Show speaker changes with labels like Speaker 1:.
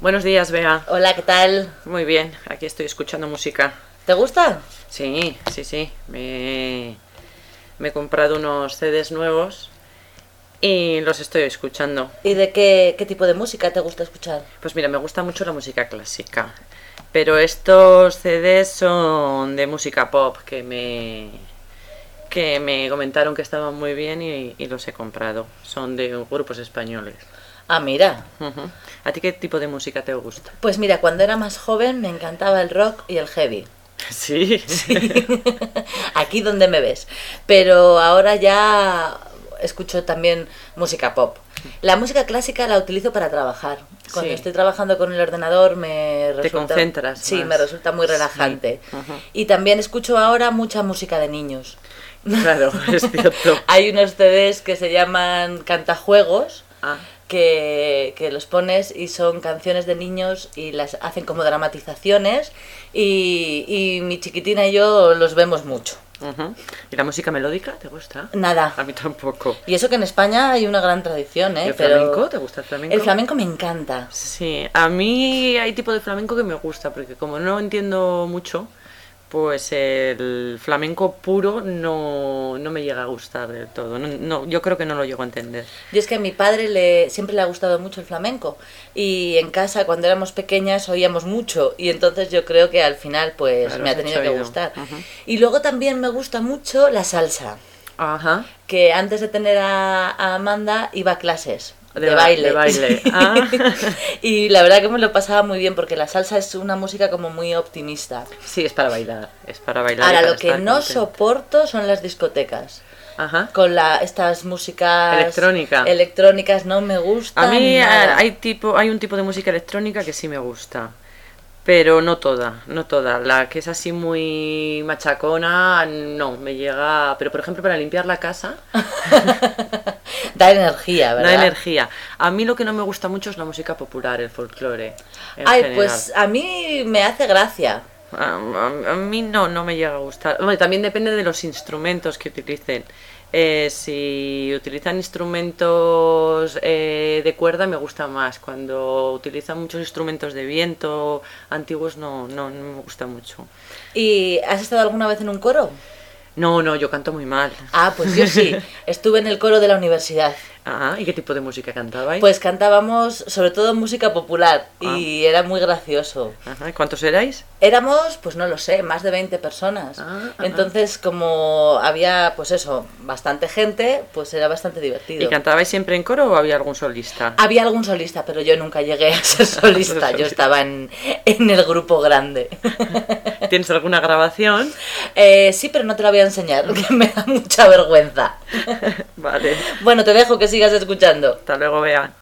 Speaker 1: Buenos días, Bea.
Speaker 2: Hola, ¿qué tal?
Speaker 1: Muy bien, aquí estoy escuchando música.
Speaker 2: ¿Te gusta?
Speaker 1: Sí, sí, sí. Me, me he comprado unos CDs nuevos y los estoy escuchando.
Speaker 2: ¿Y de qué, qué tipo de música te gusta escuchar?
Speaker 1: Pues mira, me gusta mucho la música clásica. Pero estos CDs son de música pop que me, que me comentaron que estaban muy bien y, y los he comprado. Son de grupos españoles.
Speaker 2: Ah, mira.
Speaker 1: Ujú. ¿A ti qué tipo de música te gusta?
Speaker 2: Pues mira, cuando era más joven me encantaba el rock y el heavy.
Speaker 1: Sí.
Speaker 2: Aquí donde me ves. Pero ahora ya escucho también música pop. La música clásica la utilizo para trabajar. Cuando
Speaker 1: Sí.
Speaker 2: estoy trabajando con el ordenador me resulta...
Speaker 1: concentras
Speaker 2: Sí,
Speaker 1: más.
Speaker 2: me resulta muy
Speaker 1: Sí.
Speaker 2: relajante.
Speaker 1: Ujú.
Speaker 2: Y también escucho ahora mucha música de niños.
Speaker 1: Claro, es cierto.
Speaker 2: Hay unos CDs que se llaman cantajuegos,
Speaker 1: Ah,
Speaker 2: que, que los pones y son canciones de niños y las hacen como dramatizaciones y, y mi chiquitina y yo los vemos mucho.
Speaker 1: ujú. ¿Y la música melódica te gusta?
Speaker 2: Nada.
Speaker 1: A mí tampoco.
Speaker 2: Y eso que en España hay una gran tradición, ¿eh?
Speaker 1: ¿Y el
Speaker 2: Pero-
Speaker 1: flamenco? ¿Te gusta el flamenco?
Speaker 2: El flamenco me encanta.
Speaker 1: Sí, a mí hay tipo de flamenco que me gusta, porque como no entiendo mucho, pues el flamenco puro no, no me llega a gustar del todo. No, no, yo creo que no lo llego a entender.
Speaker 2: Y es que a mi padre le, siempre le ha gustado mucho el flamenco. Y en casa, cuando éramos pequeñas, oíamos mucho. Y entonces yo creo que al final, pues
Speaker 1: Claro,
Speaker 2: me ha
Speaker 1: se ha
Speaker 2: tenido que
Speaker 1: hecho oído.
Speaker 2: gustar.
Speaker 1: Ujú.
Speaker 2: Y luego también me gusta mucho la salsa.
Speaker 1: Ajá.
Speaker 2: que antes de tener a, a Amanda iba a clases
Speaker 1: De
Speaker 2: de,
Speaker 1: ba-
Speaker 2: baile.
Speaker 1: de baile, ah.
Speaker 2: y la verdad que me lo pasaba muy bien porque la salsa es una música como muy optimista.
Speaker 1: Sí, es para bailar. Es para bailar. y
Speaker 2: Ahora,
Speaker 1: para
Speaker 2: lo que
Speaker 1: estar
Speaker 2: no
Speaker 1: contenta.
Speaker 2: soporto son las discotecas.
Speaker 1: Ajá.
Speaker 2: Con la, estas músicas
Speaker 1: Electrónica.
Speaker 2: electrónicas no me
Speaker 1: A
Speaker 2: gustan.
Speaker 1: mí eh,
Speaker 2: nada.
Speaker 1: hay, tipo, hay un tipo de música electrónica que sí me gusta, pero no toda, no toda. La que es así muy machacona, no, me llega... Pero por ejemplo para limpiar la casa
Speaker 2: da energía, ¿verdad?
Speaker 1: da energía. A mí lo que no me gusta mucho es la música popular, el folclore. en
Speaker 2: Ay,
Speaker 1: general.
Speaker 2: pues a mí me hace gracia.
Speaker 1: A, a- a mí no, no me llega a gustar. Hombre, también depende de los instrumentos que utilicen. Eh, si utilizan instrumentos eh, de cuerda me gusta más. Cuando utilizan muchos instrumentos de viento antiguos no, no, no me gusta mucho.
Speaker 2: ¿Y has estado alguna vez en un coro?
Speaker 1: No, no, yo canto muy mal.
Speaker 2: Ah, pues yo sí. Estuve en el coro de la universidad.
Speaker 1: Ah, ¿y qué tipo de música cantabais?
Speaker 2: Pues cantábamos sobre todo música popular
Speaker 1: Ah.
Speaker 2: y era muy gracioso.
Speaker 1: Ajá, ¿Cuántos erais?
Speaker 2: Éramos, pues no lo sé, más de 20 personas.
Speaker 1: Ah, ah,
Speaker 2: Entonces, como había, pues eso, bastante gente, pues era bastante
Speaker 1: ¿Y
Speaker 2: divertido.
Speaker 1: cantabais siempre en coro o había algún solista?
Speaker 2: Había algún solista, pero yo nunca llegué a ser solista. Yo estaba en, en el grupo grande.
Speaker 1: ¿Tienes alguna grabación?
Speaker 2: Eh, sí, pero no te la voy a enseñar, que me da mucha vergüenza.
Speaker 1: vale,
Speaker 2: Bueno, te dejo que sigas escuchando.
Speaker 1: hasta luego, Bea.